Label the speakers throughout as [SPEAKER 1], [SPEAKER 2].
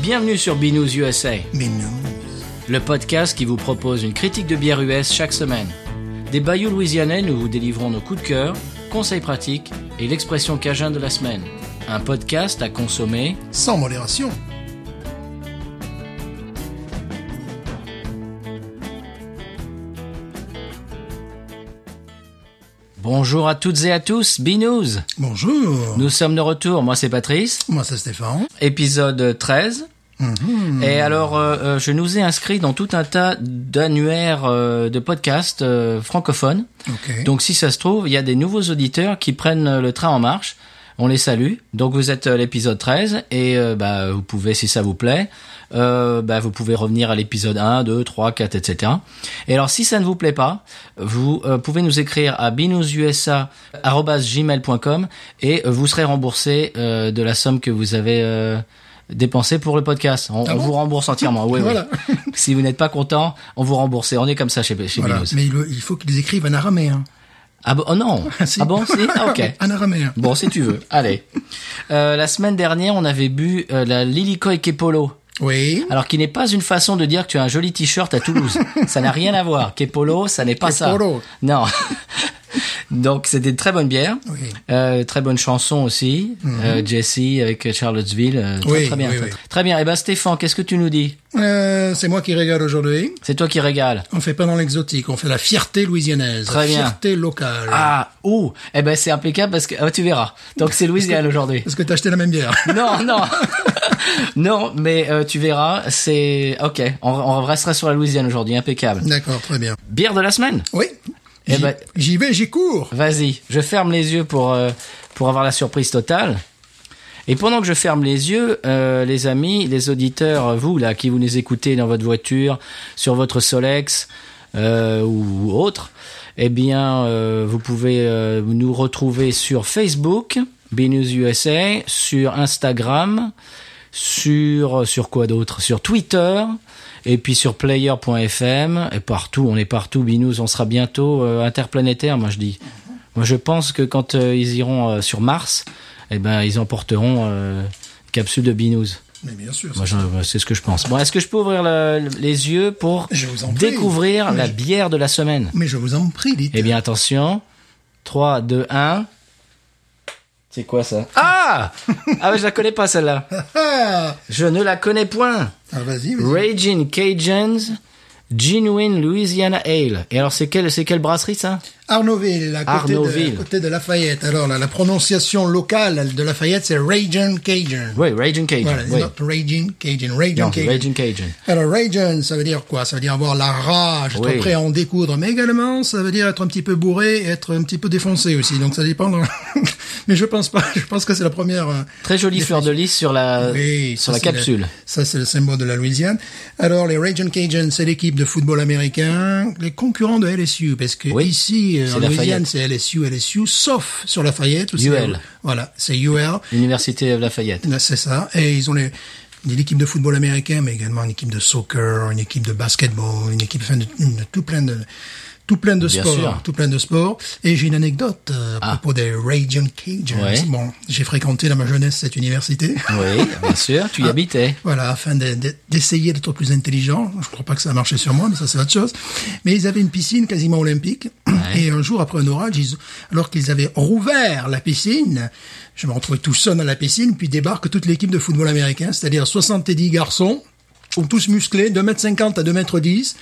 [SPEAKER 1] Bienvenue sur Binous USA,
[SPEAKER 2] Mais non.
[SPEAKER 1] le podcast qui vous propose une critique de bière US chaque semaine. Des bayous louisianais, nous vous délivrons nos coups de cœur, conseils pratiques et l'expression cajun de la semaine. Un podcast à consommer.
[SPEAKER 2] Sans modération.
[SPEAKER 1] Bonjour à toutes et à tous, Binous
[SPEAKER 2] Bonjour.
[SPEAKER 1] Nous sommes de retour, moi c'est Patrice,
[SPEAKER 2] Moi, c'est Stéphane.
[SPEAKER 1] épisode 13.
[SPEAKER 2] Mhm.
[SPEAKER 1] Et alors, euh, euh, je nous ai inscrit dans tout un tas d'annuaires euh, de podcasts euh, francophones.
[SPEAKER 2] Ok.
[SPEAKER 1] Donc si ça se trouve, il y a des nouveaux auditeurs qui prennent euh, le train en marche. On les salue. Donc vous êtes euh, à l'épisode 13 et euh, bah, vous pouvez, si ça vous plaît, euh, bah, vous pouvez revenir à l'épisode 1, 2, 3, 4, etc. Et alors si ça ne vous plaît pas, vous euh, pouvez nous écrire à binoususa.gmail.com et euh, vous serez remboursé euh, de la somme que vous avez euh, dépensée pour le podcast. On,
[SPEAKER 2] Ah
[SPEAKER 1] on
[SPEAKER 2] bon
[SPEAKER 1] vous rembourse entièrement. Oui, oui.
[SPEAKER 2] Voilà.
[SPEAKER 1] si vous n'êtes pas content, on vous rembourse. On est comme ça chez, chez
[SPEAKER 2] Voilà.
[SPEAKER 1] Binous.
[SPEAKER 2] Mais il, il faut qu'ils écrivent en araméen.
[SPEAKER 1] Ah bon, oh non.
[SPEAKER 2] Si.
[SPEAKER 1] Ah bon, si. Ah, ok.
[SPEAKER 2] en araméen.
[SPEAKER 1] Bon, si tu veux. Allez. Euh, la semaine dernière, on avait bu euh, la Lilikoi Kepolo.
[SPEAKER 2] Oui.
[SPEAKER 1] Alors, qui n'est pas une façon de dire que tu as un joli t-shirt à Toulouse. ça n'a rien à voir. Kepolo, ça n'est pas
[SPEAKER 2] Kepolo.
[SPEAKER 1] ça. Non. Donc, c'était de très bonne bière.
[SPEAKER 2] Oui. Mhm.
[SPEAKER 1] Euh, très bonne chanson aussi. Euh, Jesse avec Charlottesville. euh, très,
[SPEAKER 2] Oui,
[SPEAKER 1] très bien.
[SPEAKER 2] oui,
[SPEAKER 1] très,
[SPEAKER 2] oui.
[SPEAKER 1] très bien. Eh ben, Stéphane, qu'est-ce que tu nous dis
[SPEAKER 2] Euh, c'est moi qui régale aujourd'hui.
[SPEAKER 1] C'est toi qui régales.
[SPEAKER 2] On fait pas dans l'exotique, on fait la fierté louisianaise.
[SPEAKER 1] Très
[SPEAKER 2] la
[SPEAKER 1] bien.
[SPEAKER 2] Fierté locale.
[SPEAKER 1] Ah, ouh. Eh ben, c'est impeccable parce que, ah, tu verras. Donc, c'est Louisiane aujourd'hui.
[SPEAKER 2] Est-ce que t'as acheté la même bière
[SPEAKER 1] Non, non. non, mais euh, tu verras, c'est... Ok, on, on restera sur la Louisiane aujourd'hui, impeccable.
[SPEAKER 2] D'accord, très bien.
[SPEAKER 1] Bière de la semaine
[SPEAKER 2] Oui.
[SPEAKER 1] Eh
[SPEAKER 2] J'y-
[SPEAKER 1] ben-
[SPEAKER 2] J'y vais, j'y cours.
[SPEAKER 1] Vas-y, je ferme les yeux pour, euh, pour avoir la surprise totale. Et pendant que je ferme les yeux, euh, les amis, les auditeurs, vous là, qui vous les écoutez dans votre voiture, sur votre Solex euh, ou, ou autre, eh bien, euh, vous pouvez euh, nous retrouver sur Facebook, BNews USA, sur Instagram, sur sur quoi d'autre Sur Twitter et puis sur player.fm et partout, on est partout. Binous, on sera bientôt euh, interplanétaire, moi je dis. Moi je pense que quand euh, ils iront euh, sur Mars, eh ben ils emporteront euh, une capsule de Binous.
[SPEAKER 2] Mais bien sûr.
[SPEAKER 1] Moi j'en- c'est ce que je pense. Bon, est-ce que je peux ouvrir le- les yeux pour
[SPEAKER 2] Je vous en prie.
[SPEAKER 1] découvrir
[SPEAKER 2] Mais
[SPEAKER 1] la
[SPEAKER 2] je-
[SPEAKER 1] bière de la semaine
[SPEAKER 2] Mais je vous en prie, dites.
[SPEAKER 1] Eh bien attention, 3 2 1 c'est quoi ça Ah Ah ouais, je la connais pas celle-là.
[SPEAKER 2] Ah,
[SPEAKER 1] Je ne la connais point.
[SPEAKER 2] Ah, vas-y, vas-y.
[SPEAKER 1] Raging Cajuns Genuine Louisiana Ale. Et alors, c'est quelle, c'est quelle brasserie, ça
[SPEAKER 2] Arnaudville, à côté,
[SPEAKER 1] Arnaudville.
[SPEAKER 2] De, à côté de Lafayette. Alors, la, la prononciation locale de Lafayette, c'est Ragin' Cajun.
[SPEAKER 1] Oui, Raging Cajun.
[SPEAKER 2] Voilà,
[SPEAKER 1] oui.
[SPEAKER 2] not Ragin' Cajun, Ragin'
[SPEAKER 1] Non,
[SPEAKER 2] Cajun.
[SPEAKER 1] Raging Cajun.
[SPEAKER 2] Alors, Ragin', ça veut dire quoi Ça veut dire avoir la rage, être
[SPEAKER 1] Oui.
[SPEAKER 2] prêt à en découdre, mais également, ça veut dire être un petit peu bourré, et être un petit peu défoncé aussi. Donc, ça dépend. de- mais je pense pas. Je pense que c'est la première. euh,
[SPEAKER 1] Très jolie fleur de lys sur la,
[SPEAKER 2] oui,
[SPEAKER 1] Euh, sur
[SPEAKER 2] ça,
[SPEAKER 1] la
[SPEAKER 2] c'est le-
[SPEAKER 1] capsule.
[SPEAKER 2] ça, c'est le symbole de la Louisiane. Alors, les Ragin' Cajuns, c'est l'équipe de football américain, les concurrents de LSU, parce que
[SPEAKER 1] Oui,
[SPEAKER 2] ici, euh,
[SPEAKER 1] c'est
[SPEAKER 2] en
[SPEAKER 1] Lafayette.
[SPEAKER 2] Louisiane, c'est LSU, LSU, sauf sur Lafayette. où c'est-
[SPEAKER 1] UL.
[SPEAKER 2] Voilà, c'est UL.
[SPEAKER 1] L'université Lafayette.
[SPEAKER 2] Là, C'est ça. Et ils ont les, des- l'équipe de football américain, mais également une équipe de soccer, une équipe de basketball, une équipe enfin, de, une- tout plein de tout plein de
[SPEAKER 1] Bien
[SPEAKER 2] sports,
[SPEAKER 1] sûr. Ah.
[SPEAKER 2] tout plein de sports. Et j'ai une anecdote euh, à propos des Ragin' Cajuns.
[SPEAKER 1] Ouais.
[SPEAKER 2] Bon, j'ai fréquenté dans ma jeunesse cette université.
[SPEAKER 1] Oui, bien sûr,
[SPEAKER 2] Ah.
[SPEAKER 1] tu y habitais.
[SPEAKER 2] Voilà, afin de- de- d'essayer d'être plus intelligent. Je crois pas que ça a marché sur moi, mais ça c'est autre chose. Mais ils avaient une piscine quasiment olympique. Et un jour après un orage, ils- alors qu'ils avaient rouvert la piscine, je me retrouvais tout seul dans la piscine, puis débarque toute l'équipe de football américain, c'est-à-dire 70 garçons, tous musclés, 2m50 à 2m10,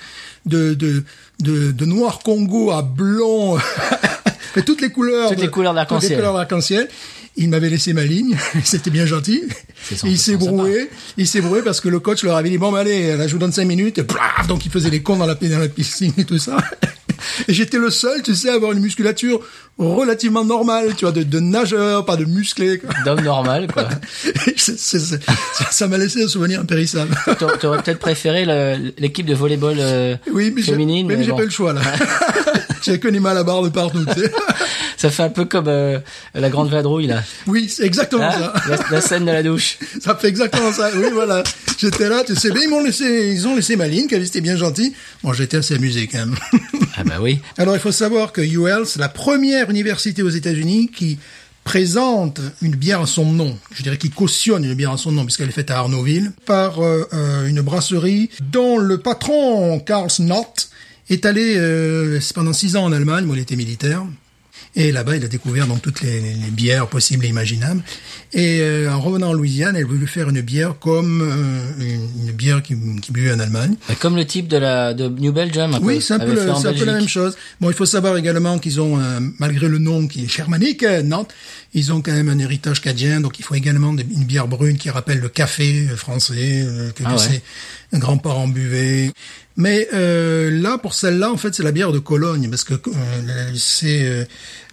[SPEAKER 2] de, de, de, de noir Congo à blond, mais toutes les couleurs.
[SPEAKER 1] Toutes les couleurs d'arc-en-ciel.
[SPEAKER 2] toutes les couleurs d'arc-en-ciel. Il m'avait laissé ma ligne, c'était bien gentil.
[SPEAKER 1] sans-
[SPEAKER 2] Il s'est
[SPEAKER 1] sans sympa.
[SPEAKER 2] broué, il s'est broué parce que le coach leur avait dit bon bah, allez, là je vous donne cinq minutes. Et plaf, donc il faisait les cons dans la, dans la piscine et tout ça. Et j'étais le seul, tu sais, à avoir une musculature relativement normale, tu vois, de, de nageur, pas de musclé. quoi.
[SPEAKER 1] D'homme normal, quoi.
[SPEAKER 2] Et c'est- c'est- c'est- ça- ça m'a laissé un souvenir impérissable.
[SPEAKER 1] T'a- T'aurais peut-être préféré le- l'équipe de volleyball euh,
[SPEAKER 2] Oui, mais j'ai
[SPEAKER 1] féminine,
[SPEAKER 2] mais
[SPEAKER 1] mais
[SPEAKER 2] j'ai
[SPEAKER 1] bon.
[SPEAKER 2] pas eu le choix là. J'ai que les mal à barre de partout. tu sais.
[SPEAKER 1] ça fait un peu comme euh, la grande vadrouille, là.
[SPEAKER 2] Oui, c'est exactement
[SPEAKER 1] Hein
[SPEAKER 2] ça.
[SPEAKER 1] la, la scène de la douche.
[SPEAKER 2] Ça fait exactement ça. Oui, voilà. J'étais là, tu sais, mais ils m'ont laissé, ils ont laissé ma ligne, qu'elle était bien gentille. Bon, j'étais assez amusé quand même.
[SPEAKER 1] Ah bah oui.
[SPEAKER 2] Alors, il faut savoir que UL, c'est la première université aux États-Unis qui présente une bière à son nom, je dirais qu'il cautionne une bière à son nom puisqu'elle est faite à Arnaudville, par euh, euh, une brasserie dont le patron, Karl Snott, est allé euh, pendant six ans en Allemagne où il était militaire. Et là-bas, il a découvert donc toutes les, les bières possibles et imaginables. Et euh, en revenant en Louisiane, elle voulait faire une bière comme euh, une, une bière qui, qui buvait en Allemagne.
[SPEAKER 1] Bah, Comme le type de la de New Belgium. un peu,
[SPEAKER 2] Oui, c'est un, peu
[SPEAKER 1] avait fait
[SPEAKER 2] le-
[SPEAKER 1] en
[SPEAKER 2] c'est un peu la
[SPEAKER 1] Belgique.
[SPEAKER 2] même chose. Bon, il faut savoir également qu'ils ont, euh, malgré le nom qui est germanique, euh, Nantes, ils ont quand même un héritage cadien, donc il faut également des- une bière brune qui rappelle le café euh, français, euh, que
[SPEAKER 1] Ah
[SPEAKER 2] que
[SPEAKER 1] ouais.
[SPEAKER 2] ses grands-parents buvaient. Mais euh, là, pour celle-là, en fait, c'est la bière de Cologne, parce que euh, c'est euh,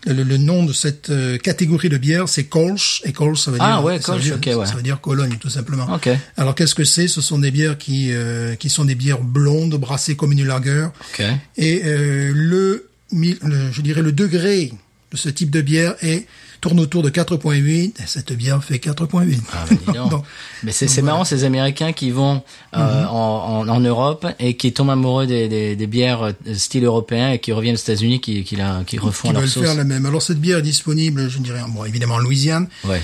[SPEAKER 2] le, le nom de cette euh, catégorie de bière, c'est Kolsch, et Kolsch, ça veut dire,
[SPEAKER 1] Ah ouais,
[SPEAKER 2] ça veut
[SPEAKER 1] Kolsch,
[SPEAKER 2] dire-
[SPEAKER 1] ok, ouais.
[SPEAKER 2] ça veut dire Cologne, tout simplement.
[SPEAKER 1] Ok.
[SPEAKER 2] Alors qu'est-ce que c'est Ce sont des bières qui euh, qui sont des bières blondes brassées comme une lager.
[SPEAKER 1] Ok.
[SPEAKER 2] Et euh, le, mi- le- je dirais le degré de ce type de bière est tourne autour de 4.8. Et Cette bière fait 4.8.
[SPEAKER 1] Ah, bah, dis donc.
[SPEAKER 2] Donc, Mhm.
[SPEAKER 1] Mais c'est c'est marrant ces Américains qui vont euh, en, en, en Europe et qui tombent amoureux des, des, des bières euh, style européen et qui reviennent aux États-Unis, qui, qui, la- qui refont
[SPEAKER 2] ils
[SPEAKER 1] leur
[SPEAKER 2] veulent
[SPEAKER 1] sauce.
[SPEAKER 2] faire la même. Alors cette bière est disponible, je dirais, bon évidemment en Louisiane.
[SPEAKER 1] Ouais.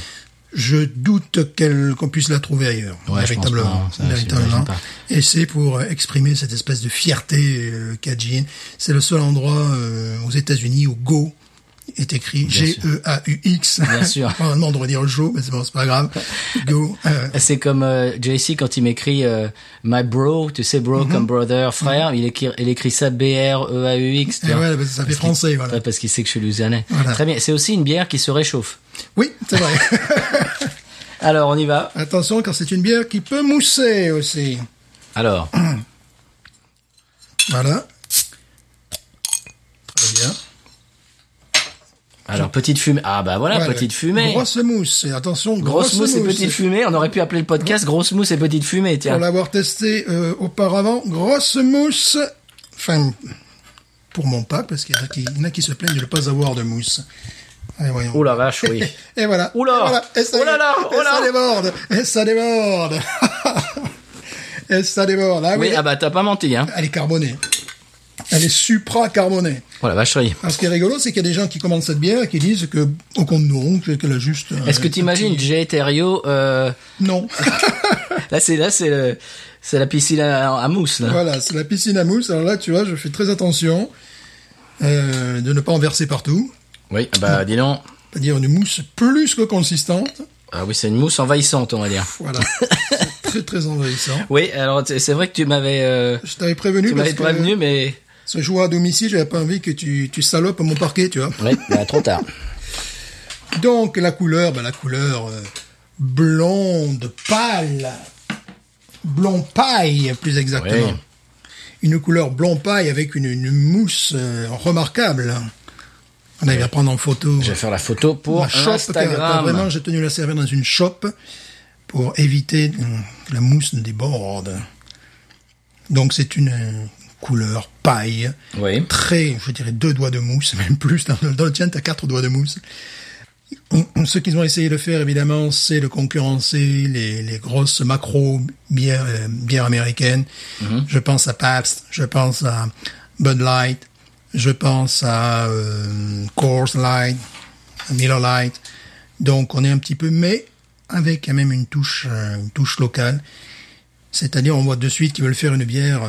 [SPEAKER 2] Je doute qu'elle qu'on puisse la trouver ailleurs,
[SPEAKER 1] Ouais, je pense
[SPEAKER 2] véritablement.
[SPEAKER 1] pas, ça,
[SPEAKER 2] véritablement.
[SPEAKER 1] j'imagine pas.
[SPEAKER 2] Et c'est pour euh, exprimer cette espèce de fierté euh, cajun. C'est le seul endroit euh, aux États-Unis où go est écrit G E A U X.
[SPEAKER 1] Bien sûr.
[SPEAKER 2] Normalement on devrait dire Joe, mais c'est bon, c'est pas grave. Go. euh,
[SPEAKER 1] C'est comme euh, JC quand il m'écrit euh, My Bro, tu sais,
[SPEAKER 2] Mhm.
[SPEAKER 1] bro comme brother, frère, il, écrit, il écrit ça E B-R-E-A-U-X. tu
[SPEAKER 2] Et
[SPEAKER 1] vois.
[SPEAKER 2] ouais, parce que ça fait
[SPEAKER 1] Parce qu'il-
[SPEAKER 2] français, voilà.
[SPEAKER 1] ouais, parce qu'il sait que je suis Louisianais.
[SPEAKER 2] Voilà.
[SPEAKER 1] Très bien. C'est aussi une bière qui se réchauffe.
[SPEAKER 2] Oui, c'est vrai.
[SPEAKER 1] Alors, on y va.
[SPEAKER 2] Attention, car c'est une bière qui peut mousser aussi.
[SPEAKER 1] Alors,
[SPEAKER 2] Voilà. Très bien.
[SPEAKER 1] alors petite fumée. Ah bah voilà,
[SPEAKER 2] Voilà.
[SPEAKER 1] petite fumée. Grosse,
[SPEAKER 2] Grosse mousse. Et attention, grosse,
[SPEAKER 1] mousse, et petite fumée. On aurait pu appeler le podcast Grosse mousse et petite fumée, tiens.
[SPEAKER 2] Pour l'avoir testé euh, auparavant, grosse mousse. Enfin, pour mon pack, parce qu'il y, en a qui- il y en a qui se plaignent de ne pas avoir de mousse. Allez, voyons.
[SPEAKER 1] Oh la vache, oui.
[SPEAKER 2] Et voilà.
[SPEAKER 1] Oula.
[SPEAKER 2] Et voilà. Et ça,
[SPEAKER 1] Oh là là. Oh
[SPEAKER 2] et ça
[SPEAKER 1] là.
[SPEAKER 2] déborde. Et ça déborde. et ça déborde. Ah
[SPEAKER 1] oui, ah bah t'as pas menti, hein.
[SPEAKER 2] Elle est carbonée. Elle est supra-carbonée.
[SPEAKER 1] Oh la vacherie.
[SPEAKER 2] Alors, ce qui est rigolo, c'est qu'il y a des gens qui commandent cette bière et qui disent que, au compte non, que- qu'elle a juste. euh,
[SPEAKER 1] Est-ce que t'imagines Jay Terrio, euh,
[SPEAKER 2] Non.
[SPEAKER 1] là c'est là c'est le- c'est la piscine à, à mousse là.
[SPEAKER 2] voilà, c'est la piscine à mousse. Alors là, tu vois, je fais très attention euh, de ne pas en verser partout.
[SPEAKER 1] Oui, ah bah dis donc.
[SPEAKER 2] C'est-à-dire une mousse plus que consistante.
[SPEAKER 1] Ah oui, c'est une mousse envahissante, on va dire.
[SPEAKER 2] Voilà. C'est très, très envahissant.
[SPEAKER 1] Oui, alors t- c'est vrai que tu m'avais euh,
[SPEAKER 2] Je t'avais prévenu
[SPEAKER 1] tu
[SPEAKER 2] parce
[SPEAKER 1] m'avais
[SPEAKER 2] que
[SPEAKER 1] prévenu, mais
[SPEAKER 2] ce jour à domicile, j'avais pas envie que tu, tu salopes mon parquet, tu vois.
[SPEAKER 1] oui, bah, trop tard.
[SPEAKER 2] Donc la couleur, bah, la couleur euh, blonde pâle, blond paille plus exactement.
[SPEAKER 1] Oui.
[SPEAKER 2] Une couleur blond paille avec une, une mousse euh, remarquable. On va prendre en photo.
[SPEAKER 1] Je vais faire la photo pour
[SPEAKER 2] Ma chope, car- car
[SPEAKER 1] Instagram.
[SPEAKER 2] vraiment, j'ai tenu la servir dans une chope pour éviter hum, que la mousse ne déborde. Donc c'est une euh, couleur paille
[SPEAKER 1] Oui.
[SPEAKER 2] très, je dirais, deux doigts de mousse, même plus. Dans le, dans le tien, t'as quatre doigts de mousse. On- on- Ce qu'ils ont essayé de faire, évidemment, c'est de concurrencer les, les grosses macro bières, euh, bières américaines. Je pense à Pabst, je pense à Bud Light, je pense à euh, Coors Light, Miller Light. Donc, on est un petit peu, mais avec quand même une touche, euh, une touche locale. C'est-à-dire, on voit de suite qu'ils veulent faire une bière euh,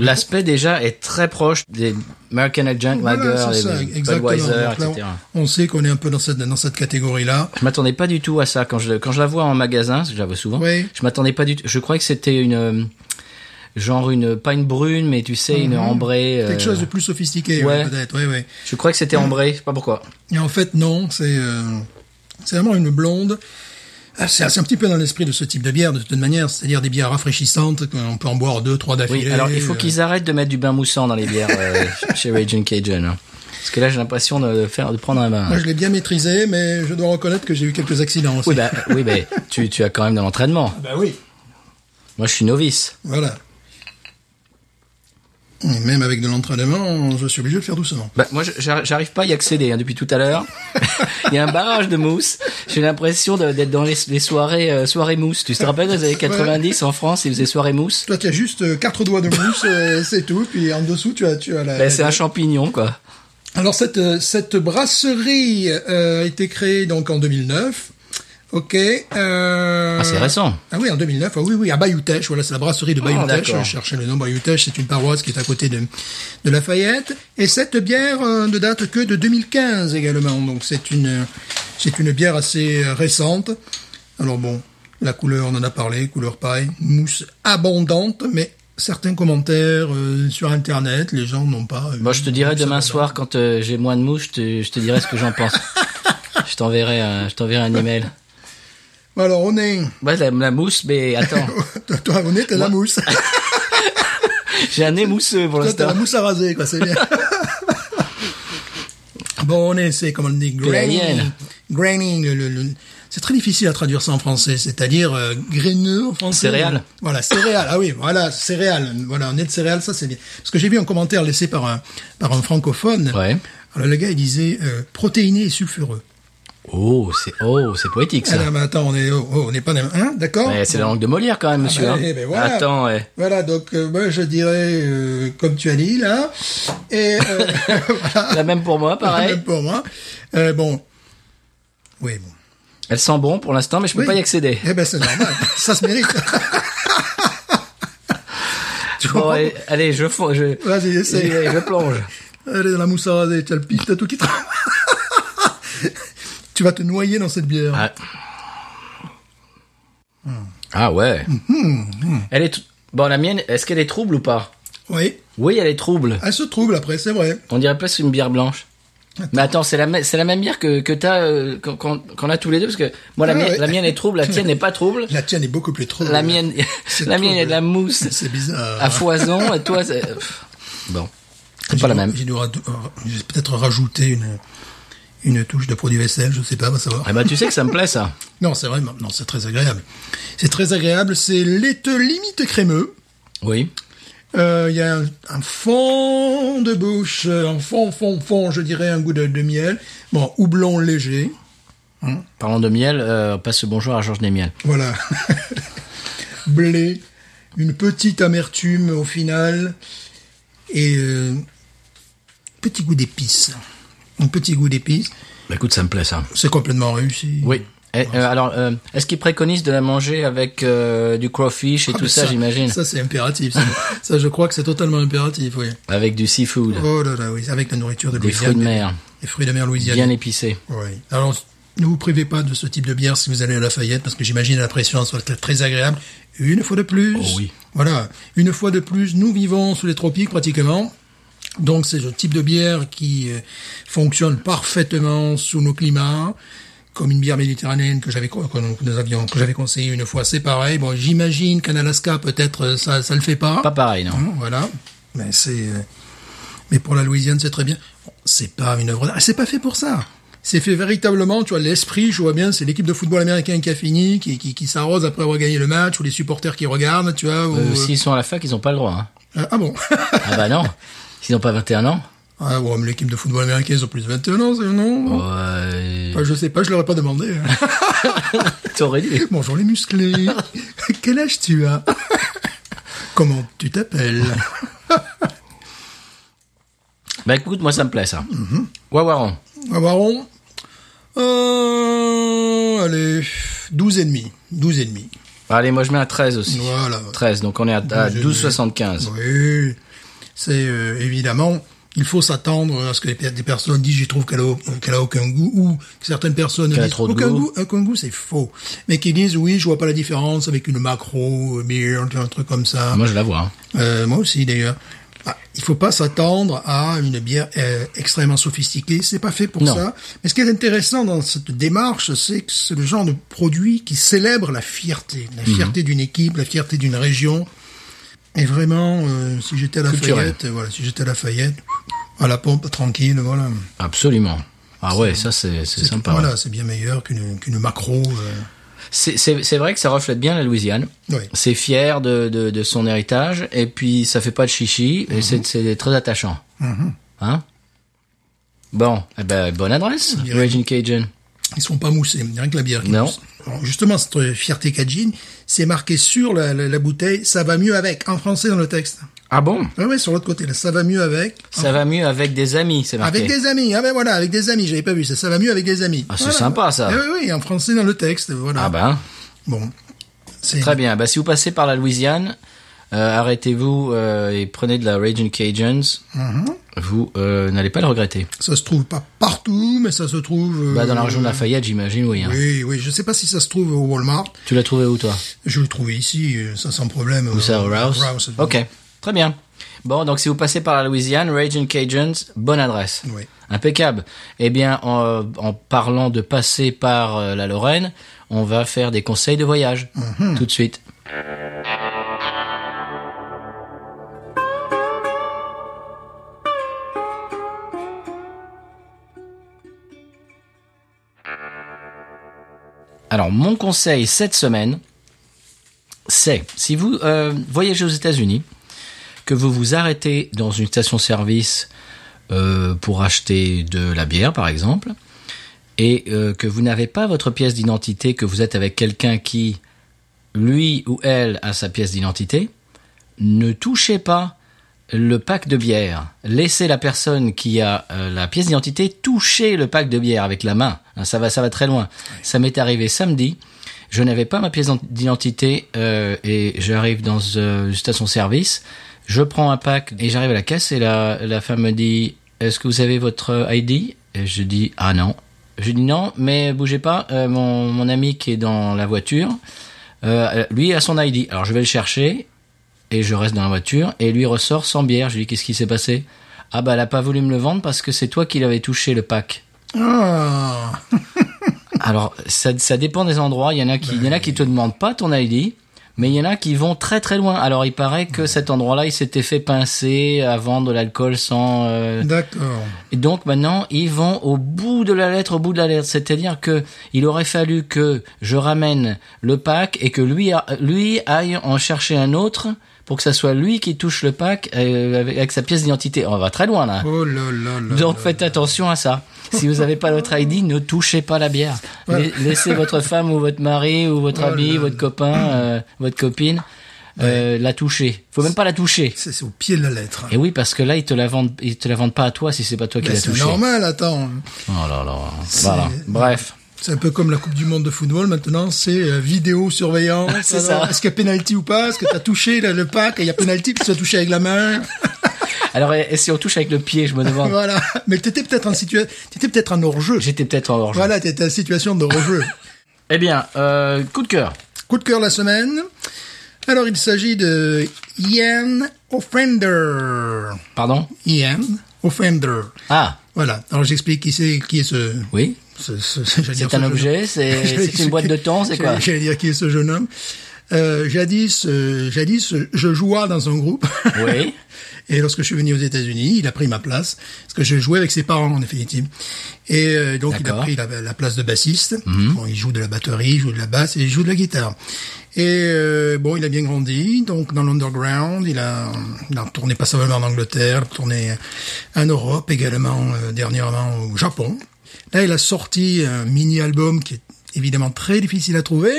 [SPEAKER 1] L'aspect déjà est très proche des American Adjunct
[SPEAKER 2] Voilà,
[SPEAKER 1] Lager,
[SPEAKER 2] c'est
[SPEAKER 1] les
[SPEAKER 2] ça, exactement.
[SPEAKER 1] Budweiser,
[SPEAKER 2] Donc là,
[SPEAKER 1] etc.
[SPEAKER 2] on sait qu'on est un peu dans cette, dans cette catégorie-là.
[SPEAKER 1] Je m'attendais pas du tout à ça quand je quand je la vois en magasin, parce que je la vois souvent.
[SPEAKER 2] Oui.
[SPEAKER 1] Je m'attendais pas du tout. Je croyais que c'était une euh, genre une pas une brune, mais tu sais une ambrée. euh,
[SPEAKER 2] Mhm. Quelque chose de plus sophistiqué,
[SPEAKER 1] ouais.
[SPEAKER 2] ouais, peut-être, ouais, ouais.
[SPEAKER 1] Je croyais que c'était ambrée, je sais pas pourquoi.
[SPEAKER 2] Et en fait, non, c'est euh, c'est vraiment une blonde. Ah, C'est c'est un petit peu dans l'esprit de ce type de bière, de toute manière, c'est-à-dire des bières rafraîchissantes, qu'on peut en boire deux, trois d'affilée.
[SPEAKER 1] Oui, alors il faut
[SPEAKER 2] euh,
[SPEAKER 1] qu'ils arrêtent de mettre du bain moussant dans les bières euh, chez Raging Cajun. hein. Parce que là, j'ai l'impression de faire de prendre un bain.
[SPEAKER 2] Moi, je l'ai bien maîtrisé, mais je dois reconnaître que j'ai eu quelques accidents aussi.
[SPEAKER 1] Oui, bah, oui, mais tu, tu as quand même de l'entraînement.
[SPEAKER 2] Bah oui.
[SPEAKER 1] Moi, je suis novice.
[SPEAKER 2] Voilà. Et même avec de l'entraînement, je suis obligé de le faire doucement.
[SPEAKER 1] Bah, moi, je- j'ar- j'arrive pas à y accéder hein, depuis tout à l'heure. Il y a un barrage de mousse. J'ai l'impression de- d'être dans les, les soirées euh, soirées mousse. Tu te rappelles dans les années 90 en France, ils faisaient soirées mousse.
[SPEAKER 2] Toi, tu as juste euh, quatre doigts de mousse, euh, c'est tout. Puis en dessous, tu as, tu as la.
[SPEAKER 1] Bah,
[SPEAKER 2] la-
[SPEAKER 1] c'est un champignon, quoi.
[SPEAKER 2] Alors cette, euh, cette brasserie euh, a été créée donc en 2009. Ok. Euh...
[SPEAKER 1] Ah, c'est récent.
[SPEAKER 2] Ah oui, en 2009. Ah oui, oui, à Bayoutech. Voilà, c'est la brasserie de
[SPEAKER 1] Ah,
[SPEAKER 2] Bayoutech.
[SPEAKER 1] d'accord.
[SPEAKER 2] Je cherchais le nom. Bayoutech, c'est une paroisse qui est à côté de, de Lafayette. Et cette bière euh, ne date que de 2015 également. Donc c'est une, c'est une bière assez euh, récente. Alors bon, la couleur, on en a parlé, couleur paille, mousse abondante, mais certains commentaires euh, sur Internet, les gens n'ont pas. euh,
[SPEAKER 1] Moi, je te dirai
[SPEAKER 2] mousse
[SPEAKER 1] demain
[SPEAKER 2] abondante.
[SPEAKER 1] soir quand euh, j'ai moins de mouches, je te, je te dirai ce que j'en pense. je t'enverrai, un- je t'enverrai un email.
[SPEAKER 2] Alors on est,
[SPEAKER 1] Ouais, la, la mousse, mais attends,
[SPEAKER 2] toi, toi, on est à la mousse.
[SPEAKER 1] j'ai un nez mousseux pour
[SPEAKER 2] Toi,
[SPEAKER 1] l'instant.
[SPEAKER 2] t'as la mousse à raser, quoi, c'est bien. bon, on essaie, comme on dit,
[SPEAKER 1] la
[SPEAKER 2] graining.
[SPEAKER 1] mienne.
[SPEAKER 2] Graining, le- le- le- c'est très difficile à traduire ça en français, c'est-à-dire euh, graineux en français.
[SPEAKER 1] Céréales.
[SPEAKER 2] Voilà, céréales, ah oui, voilà, céréales. Voilà, on est de céréales, ça c'est bien. Parce que j'ai vu un commentaire laissé par un, par un francophone.
[SPEAKER 1] Ouais.
[SPEAKER 2] Alors le gars, il disait euh, protéiné et sulfureux.
[SPEAKER 1] Oh, c'est oh, c'est poétique
[SPEAKER 2] Ah,
[SPEAKER 1] ça.
[SPEAKER 2] non, mais attends, on est, oh, oh, on n'est pas dans- hein, d'accord
[SPEAKER 1] Ouais, c'est la langue de Molière quand même, monsieur.
[SPEAKER 2] ben,
[SPEAKER 1] hein.
[SPEAKER 2] eh ben, voilà.
[SPEAKER 1] Attends, ouais.
[SPEAKER 2] Voilà, donc euh, moi je dirais, euh, comme tu as dit là, et euh, voilà.
[SPEAKER 1] la même pour moi,
[SPEAKER 2] Même
[SPEAKER 1] pareil.
[SPEAKER 2] pour moi. Euh, bon. Oui, bon.
[SPEAKER 1] Elle sent bon pour l'instant, mais je peux
[SPEAKER 2] Oui.
[SPEAKER 1] pas y accéder.
[SPEAKER 2] Eh ben, c'est normal. Ça se mérite. tu
[SPEAKER 1] Bon,
[SPEAKER 2] comprends
[SPEAKER 1] allez, allez, je fo- je,
[SPEAKER 2] Vas-y, essaye.
[SPEAKER 1] je, je plonge.
[SPEAKER 2] Allez, dans la mousse à raser, t'as le pic, t'as tout qui tra- Tu vas te noyer dans cette bière.
[SPEAKER 1] Ah,
[SPEAKER 2] Hmm.
[SPEAKER 1] Ah ouais. Elle est tr- bon, la mienne. Est-ce qu'elle est trouble ou pas
[SPEAKER 2] Oui.
[SPEAKER 1] Oui, elle est trouble.
[SPEAKER 2] Elle se trouble après, c'est vrai.
[SPEAKER 1] On dirait presque une bière blanche. Mais attends, c'est la, mê- c'est la même bière que, que t'as, euh, qu'on, qu'on- qu'on a tous les deux, parce que moi, la,
[SPEAKER 2] Ah
[SPEAKER 1] mienne,
[SPEAKER 2] ouais.
[SPEAKER 1] la mienne est trouble, la tienne n'est pas trouble.
[SPEAKER 2] La tienne est beaucoup plus trouble.
[SPEAKER 1] La mienne,
[SPEAKER 2] C'est
[SPEAKER 1] la mienne, il y a de la
[SPEAKER 2] trouble.
[SPEAKER 1] mousse
[SPEAKER 2] C'est bizarre.
[SPEAKER 1] à foison, et toi, c'est... pff. bon. C'est
[SPEAKER 2] J'ai
[SPEAKER 1] pas la
[SPEAKER 2] dû-
[SPEAKER 1] même.
[SPEAKER 2] J'ai dû rad- j'ai peut-être rajouté une, une touche de produit vaisselle, je sais pas, va savoir.
[SPEAKER 1] Eh ben, tu sais que ça me plaît, ça.
[SPEAKER 2] Non, c'est vrai, non, c'est très agréable. C'est très agréable, c'est laiteux limite crémeux.
[SPEAKER 1] Oui.
[SPEAKER 2] Euh, Il y a un, un fond de bouche, un fond, fond, fond, je dirais un goût de, de miel. Bon, houblon léger,
[SPEAKER 1] Parlant de miel, euh, on passe le bonjour à Georges Desmiel.
[SPEAKER 2] voilà. Blé, une petite amertume au final, et euh, petit goût d'épices. Un petit goût d'épices,
[SPEAKER 1] Bah, écoute, ça me plaît, ça.
[SPEAKER 2] c'est complètement réussi.
[SPEAKER 1] Oui. Eh, euh, alors, euh, est-ce qu'il préconise de la manger avec euh, du crawfish et tout
[SPEAKER 2] Ah, Mais
[SPEAKER 1] ça, j'imagine
[SPEAKER 2] Ça, c'est impératif. Ça, Ça, je crois que c'est totalement impératif, oui.
[SPEAKER 1] Avec du seafood,
[SPEAKER 2] Oh là là, oui, avec la nourriture de
[SPEAKER 1] des fruits de
[SPEAKER 2] Louisiane.
[SPEAKER 1] mer,
[SPEAKER 2] Les fruits de mer Louisiane.
[SPEAKER 1] bien épicés.
[SPEAKER 2] Oui. Alors, ne vous privez pas de ce type de bière si vous allez à Lafayette, parce que j'imagine la pression sera très, très agréable. Une fois de plus.
[SPEAKER 1] Oh oui.
[SPEAKER 2] Voilà. Une fois de plus, nous vivons sous les tropiques pratiquement. Donc, c'est ce type de bière qui euh, fonctionne parfaitement sous nos climats. Comme une bière méditerranéenne que j'avais, con- que nous- que nous avions, que j'avais conseillé une fois, c'est pareil. Bon, j'imagine qu'en Alaska, peut-être, euh, ça, ça le fait pas.
[SPEAKER 1] Pas pareil, non
[SPEAKER 2] Hein, voilà. Mais c'est. euh, Mais pour la Louisiane, c'est très bien. Bon, c'est pas une œuvre d'art. Ah, C'est pas fait pour ça. C'est fait véritablement, tu vois, l'esprit, je vois bien, c'est l'équipe de football américain qui a fini, qui, qui, qui s'arrose après avoir gagné le match, ou les supporters qui regardent, tu vois. ou-
[SPEAKER 1] Euh, S'ils sont à la fac, ils n'ont pas le droit. hein.
[SPEAKER 2] Euh, ah bon
[SPEAKER 1] Ah bah non, s'ils n'ont pas 21 ans.
[SPEAKER 2] Ah bon, mais l'équipe de football américain, ils ont plus de 21 ans, c'est- non
[SPEAKER 1] Ouais.
[SPEAKER 2] Enfin, Je sais pas, je leur ai pas demandé. hein.
[SPEAKER 1] T'aurais dû.
[SPEAKER 2] Bonjour les musclés. Quel âge tu as Comment tu t'appelles
[SPEAKER 1] Bah écoute, moi ça me plaît ça. Wawaron.
[SPEAKER 2] Un Ah, baron euh, Allez, 12 et demi. 12 et demi.
[SPEAKER 1] Allez, moi je mets un 13 aussi.
[SPEAKER 2] Voilà.
[SPEAKER 1] 13, donc on est à, à 12,75.
[SPEAKER 2] Oui, c'est euh, évidemment... Il faut s'attendre à ce que les pe- des personnes disent j'y trouve qu'elle a, qu'elle a aucun goût ou que certaines personnes
[SPEAKER 1] Qu'elle a
[SPEAKER 2] disent
[SPEAKER 1] trop de
[SPEAKER 2] aucun
[SPEAKER 1] goût.
[SPEAKER 2] goût, aucun goût c'est faux. Mais qui disent oui je vois pas la différence avec une macro, euh, beer, un truc comme ça.
[SPEAKER 1] Moi je la vois. hein.
[SPEAKER 2] Euh, moi aussi d'ailleurs. Ah, il faut pas s'attendre à une bière euh, extrêmement sophistiquée, c'est pas fait pour
[SPEAKER 1] Non.
[SPEAKER 2] ça. Mais ce qui est intéressant dans cette démarche, c'est que c'est le genre de produit qui célèbre la fierté,
[SPEAKER 1] Mhm.
[SPEAKER 2] la fierté d'une équipe, la fierté d'une région. Et vraiment, euh, si j'étais à
[SPEAKER 1] Culturel.
[SPEAKER 2] Lafayette, euh, voilà, si j'étais à Lafayette, à la pompe tranquille, voilà.
[SPEAKER 1] Absolument. Ah ouais, ça c'est c'est sympa. ouais.
[SPEAKER 2] Voilà, c'est bien meilleur qu'une qu'une macro. euh,
[SPEAKER 1] C'est- C'est c'est vrai que ça reflète bien la Louisiane.
[SPEAKER 2] ouais.
[SPEAKER 1] C'est fier de, de, de son héritage et puis ça fait pas de chichi et c'est- c'est très attachant. Hein Bon, eh ben, bonne adresse,
[SPEAKER 2] dirait-
[SPEAKER 1] Raging Cajun.
[SPEAKER 2] Ils sont pas moussés, rien que la bière. qui
[SPEAKER 1] Non.
[SPEAKER 2] mousse. Alors, justement, cette fierté Cajun, c'est marqué sur la, la- la bouteille, ça va mieux avec, en français dans le texte.
[SPEAKER 1] Ah bon
[SPEAKER 2] Oui, oui, sur l'autre côté, là, ça va mieux avec.
[SPEAKER 1] Ça va mieux avec des amis, c'est marqué.
[SPEAKER 2] Avec des amis, ah ben voilà, avec des amis, j'avais pas vu ça, ça va mieux avec des amis.
[SPEAKER 1] Ah, c'est
[SPEAKER 2] Voilà.
[SPEAKER 1] sympa, ça.
[SPEAKER 2] Eh oui, oui, en français dans le texte, voilà.
[SPEAKER 1] Ah ben,
[SPEAKER 2] Bon, c'est
[SPEAKER 1] très bien. Bah, si vous passez par la Louisiane, euh, arrêtez-vous euh, et prenez de la Raging Cajuns. Vous euh, n'allez pas le regretter.
[SPEAKER 2] Mhm. ça se trouve pas partout, mais ça se trouve... euh,
[SPEAKER 1] Bah, dans la région de Lafayette, j'imagine, oui. hein.
[SPEAKER 2] Oui, oui, je sais pas si ça se trouve au Walmart.
[SPEAKER 1] Tu l'as trouvé où, toi
[SPEAKER 2] Je le trouvais ici, euh, ça sans problème. euh, Ou
[SPEAKER 1] Ça, au Euh, Rouse Ok, très bien. Bon, donc si vous passez par la Louisiane, Raging Cajuns, bonne adresse.
[SPEAKER 2] Oui.
[SPEAKER 1] Impeccable. Eh bien, en, en parlant de passer par euh, la Lorraine, on va faire des conseils de voyage. Tout de suite. Alors, mon conseil cette semaine, c'est si vous euh, voyagez aux États-Unis, que vous vous arrêtez dans une station-service euh, pour acheter de la bière, par exemple, et euh, que vous n'avez pas votre pièce d'identité, que vous êtes avec quelqu'un qui, lui ou elle, a sa pièce d'identité, ne touchez pas le pack de bière. Laissez la personne qui a euh, la pièce d'identité toucher le pack de bière avec la main. Hein, Ça va, ça va très loin. Ça m'est arrivé samedi. Je n'avais pas ma pièce d'identité euh, et j'arrive dans euh, une station-service. Je prends un pack et j'arrive à la caisse et la, la femme me dit Est-ce que vous avez votre ID Et je dis Ah non. Je dis non, mais bougez pas. euh, mon, mon ami qui est dans la voiture, euh, lui a son ID. Alors je vais le chercher et je reste dans la voiture et lui ressort sans bière. Je lui dis qu'est-ce qui s'est passé Ah bah elle a pas voulu me le vendre parce que c'est toi qui l'avais touché le pack.
[SPEAKER 2] Ah,
[SPEAKER 1] Alors ça, ça dépend des endroits. Il y en a qui, il y en a qui te demandent pas ton ID. Mais il y en a qui vont très très loin. Alors il paraît que cet endroit-là, il s'était fait pincer avant de l'alcool sans euh,
[SPEAKER 2] d'accord.
[SPEAKER 1] Et donc maintenant, ils vont au bout de la lettre, au bout de la lettre. C'est-à-dire que il aurait fallu que je ramène le pack et que lui, a- lui aille en chercher un autre pour que ça soit lui qui touche le pack euh, avec, avec sa pièce d'identité. On va très loin là.
[SPEAKER 2] Oh là là là.
[SPEAKER 1] Donc
[SPEAKER 2] là.
[SPEAKER 1] faites attention à ça. Si vous n'avez pas votre ID, ne touchez pas la bière.
[SPEAKER 2] Voilà.
[SPEAKER 1] La- Laissez votre femme ou votre mari ou votre
[SPEAKER 2] Oh
[SPEAKER 1] ami,
[SPEAKER 2] là
[SPEAKER 1] votre copain, euh, votre copine euh, la toucher. Faut même pas la toucher.
[SPEAKER 2] C'est c'est au pied de la lettre.
[SPEAKER 1] Et Eh oui, parce que là, ils te la vendent, ils te la vendent pas à toi si c'est pas toi qui
[SPEAKER 2] Ben,
[SPEAKER 1] la
[SPEAKER 2] c'est
[SPEAKER 1] touché.
[SPEAKER 2] normal, attends.
[SPEAKER 1] Oh là là. Voilà. Bref.
[SPEAKER 2] C'est un peu comme la Coupe du Monde de football maintenant, c'est euh, vidéo surveillance.
[SPEAKER 1] C'est ça.
[SPEAKER 2] Est-ce qu'il y a pénalty ou pas Est-ce que t'as touché là, le pack et il y a pénalty puis tu as touché avec la main
[SPEAKER 1] Alors, et, et si on touche avec le pied, je me demande.
[SPEAKER 2] Voilà. Mais t'étais peut-être en situation, t'étais peut-être en hors-jeu.
[SPEAKER 1] J'étais peut-être en hors
[SPEAKER 2] Voilà, t'étais en situation de hors-jeu.
[SPEAKER 1] Eh bien, euh, coup de cœur.
[SPEAKER 2] Coup de cœur la semaine. Alors il s'agit de Ian Offender.
[SPEAKER 1] Pardon
[SPEAKER 2] Ian Offender.
[SPEAKER 1] Ah,
[SPEAKER 2] Voilà. Alors j'explique qui c'est, qui est ce,
[SPEAKER 1] oui.
[SPEAKER 2] ce- ce- ce- j'allais dire
[SPEAKER 1] C'est
[SPEAKER 2] ce
[SPEAKER 1] un
[SPEAKER 2] jeune
[SPEAKER 1] objet,
[SPEAKER 2] homme.
[SPEAKER 1] c'est-
[SPEAKER 2] J'allais
[SPEAKER 1] c'est
[SPEAKER 2] dire-
[SPEAKER 1] une boîte de temps, c'est quoi
[SPEAKER 2] J'allais dire qui est ce jeune homme. Euh, jadis, euh, jadis, euh, je jouais dans un groupe.
[SPEAKER 1] Oui.
[SPEAKER 2] Et lorsque je suis venu aux États-Unis, il a pris ma place parce que je jouais avec ses parents en définitive. Et euh, donc il a
[SPEAKER 1] D'accord.
[SPEAKER 2] pris la, la place de bassiste.
[SPEAKER 1] Mhm.
[SPEAKER 2] Bon, il joue de la batterie, il joue de la basse et il joue de la guitare. Et euh, bon, il a bien grandi, donc dans l'underground, il a, il a tourné pas seulement en Angleterre, tourné en Europe également, euh, dernièrement au Japon. Là, il a sorti un mini-album qui est évidemment très difficile à trouver,